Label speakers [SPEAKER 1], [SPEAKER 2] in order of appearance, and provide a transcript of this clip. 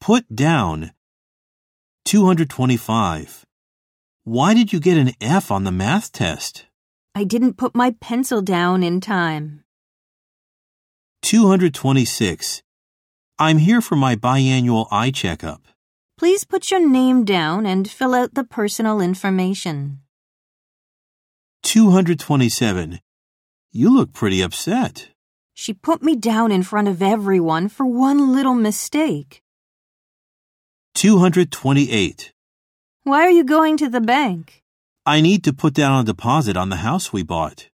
[SPEAKER 1] Put down. 225. Why did you get an F on the math test?
[SPEAKER 2] I didn't put my pencil down in time.
[SPEAKER 1] 226. I'm here for my biannual eye checkup.
[SPEAKER 2] Please put your name down and fill out the personal information.
[SPEAKER 1] 227. You look pretty upset.
[SPEAKER 2] She put me down in front of everyone for one little mistake.
[SPEAKER 1] 228.
[SPEAKER 2] Why are you going to the bank?
[SPEAKER 1] I need to put down a deposit on the house we bought.